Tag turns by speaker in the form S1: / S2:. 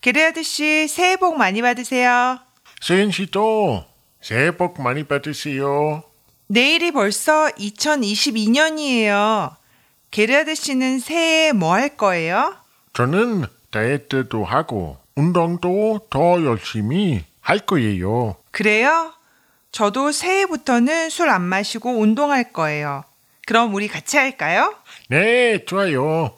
S1: 게르하드 씨 새해 복 많이 받으세요.
S2: 수인 씨도 새해 복 많이 받으세요.
S1: 내일이 벌써 2022년이에요. 게르하드 씨는 새해에 뭐 할 거예요?
S2: 저는 다이어트도 하고 운동도 더 열심히 할 거예요.
S1: 그래요? 저도 새해부터는 술 안 마시고 운동할 거예요. 그럼 우리 같이 할까요?
S2: 네, 좋아요.